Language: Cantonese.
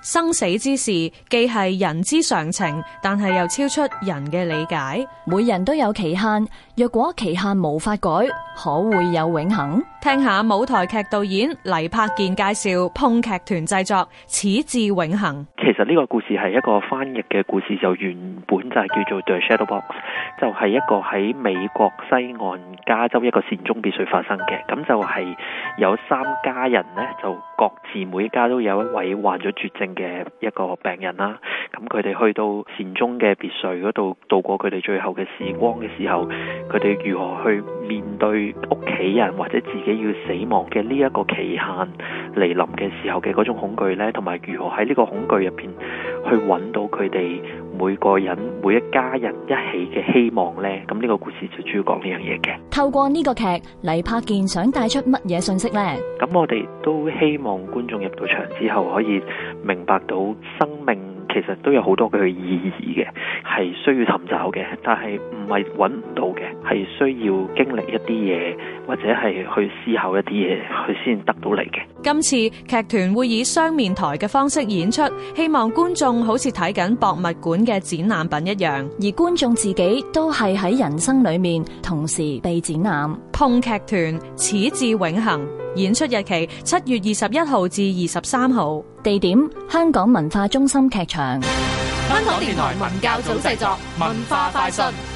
生死之事既係人之常情，但係又超出人嘅理解。每人都有期限，若果期限無法改，可會有永恆？聽下舞台劇導演黎柏健介紹碰劇團製作《此致永恆》。其實呢個故事係一個翻譯嘅故事，就原本就係叫做 The Shadow Box，就係一個喺美國西岸加州一個善終別墅發生嘅。咁就係有三家人呢，就各自每家都有一位患咗絕症嘅一個病人啦。咁佢哋去到善終嘅別墅嗰度度過佢哋最後嘅時光嘅時候，佢哋如何去面對屋企人或者自己要死亡嘅呢一個期限嚟臨嘅時候嘅嗰種恐懼呢，同埋如何喺呢個恐懼入邊去揾到佢哋每個人每一家人一起嘅希望呢。咁呢個故事就主要講呢樣嘢嘅。透過呢個劇，黎柏健想帶出乜嘢信息呢？咁我哋都希望觀眾入到場之後可以明白到生命。其實都有好多嘅意義嘅，係需要尋找嘅，但係唔係揾唔到嘅，係需要經歷一啲嘢，或者係去思考一啲嘢，佢先得到嚟嘅。今次劇團會以雙面台嘅方式演出，希望觀眾好似睇緊博物館嘅展覽品一樣。而觀眾自己都係喺人生裏面同時被展覽。碰劇團，此致永恆。演出日期七月二十一號至二十三號。地點：香港文化中心劇場。香港電台文教組製作，文化快訊。